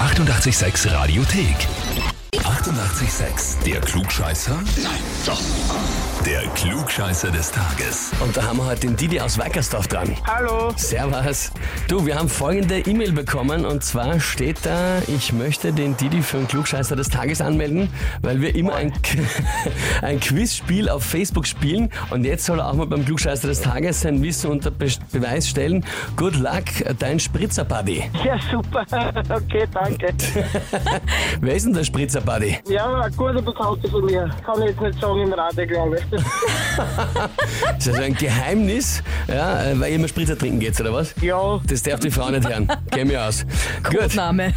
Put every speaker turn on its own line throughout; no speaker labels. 886 Radiothek. 88,6. Der Klugscheißer? Nein, doch. Der Klugscheißer des Tages.
Und da haben wir heute den Didi aus Weikersdorf dran.
Hallo.
Servus. Du, wir haben folgende E-Mail bekommen und zwar steht da, ich möchte den Didi für den Klugscheißer des Tages anmelden, weil wir immer ein, ein Quizspiel auf Facebook spielen und jetzt soll er auch mal beim Klugscheißer des Tages sein Wissen unter Be Beweis stellen. Good luck, dein Spritzer-Buddy.
Ja, super. Okay, danke.
Wer ist denn der Spritzer-Buddy?
Ja, war ein guter Bekannter von mir. Kann ich jetzt nicht sagen im Radio, glaube ich.
Ist das ein Geheimnis? Ja, äh, weil ihr immer Spritzer trinken geht, oder was?
Ja,
Das darf die Frau nicht hören. Geh mir aus. Gut.
Name.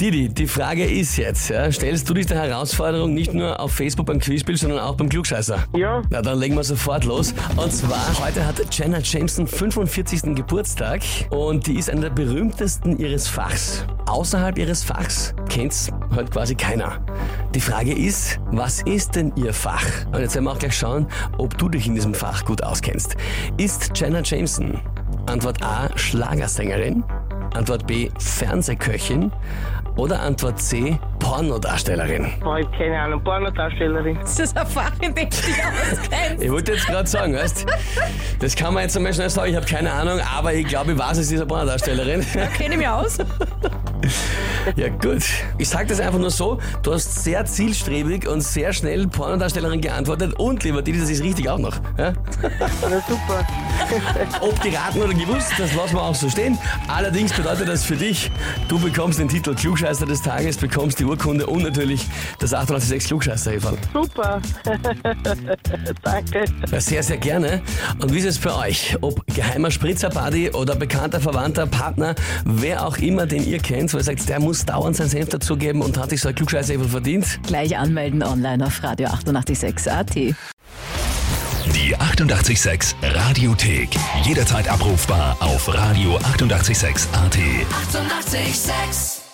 Didi, die Frage ist jetzt, ja, stellst du dich der Herausforderung nicht nur auf Facebook beim Quizspiel, sondern auch beim Klugscheißer?
ja.
Na, dann legen wir sofort los. Und zwar, heute hat Jenna Jameson 45. Geburtstag und die ist eine der berühmtesten ihres Fachs. Außerhalb ihres Fachs kennt's halt quasi keiner. Die Frage ist, was ist denn ihr Fach? Und jetzt werden wir auch gleich schauen, ob du dich in diesem Fach gut auskennst. Ist Jenna Jameson Antwort A Schlagersängerin, Antwort B Fernsehköchin oder Antwort C Pornodarstellerin?
Boah, ich keine Ahnung. Pornodarstellerin.
Das ist ein Fach, in dem du dich auskennst.
Ich wollte jetzt gerade sagen, weißt das kann man jetzt einmal schnell sagen, ich habe keine Ahnung, aber ich glaube, ich weiß es, diese Pornodarstellerin.
Kenne ich mich aus?
Ja gut, ich sage das einfach nur so, du hast sehr zielstrebig und sehr schnell Pornodarstellerin geantwortet und lieber Didi, das ist richtig auch noch. Ja?
Ja, super.
Ob geraten oder gewusst, das lassen wir auch so stehen. Allerdings bedeutet das für dich, du bekommst den Titel Klugscheißer des Tages, bekommst die Urkunde und natürlich das 886 klugscheißer -Häferl.
Super. danke.
Ja, Sehr, sehr gerne. Und wie ist es für euch? Ob geheimer Spritzerparty oder bekannter Verwandter, Partner, wer auch immer, den ihr kennt, wo ihr sagt, der muss dauernd sein Senf dazugeben und hat sich so ein Klugscheißer verdient,
Gleich anmelden online auf Radio 886 AT.
Die 88,6 Radiothek. Jederzeit abrufbar auf radio886.at. 88,6.
Eighty-eight, sex.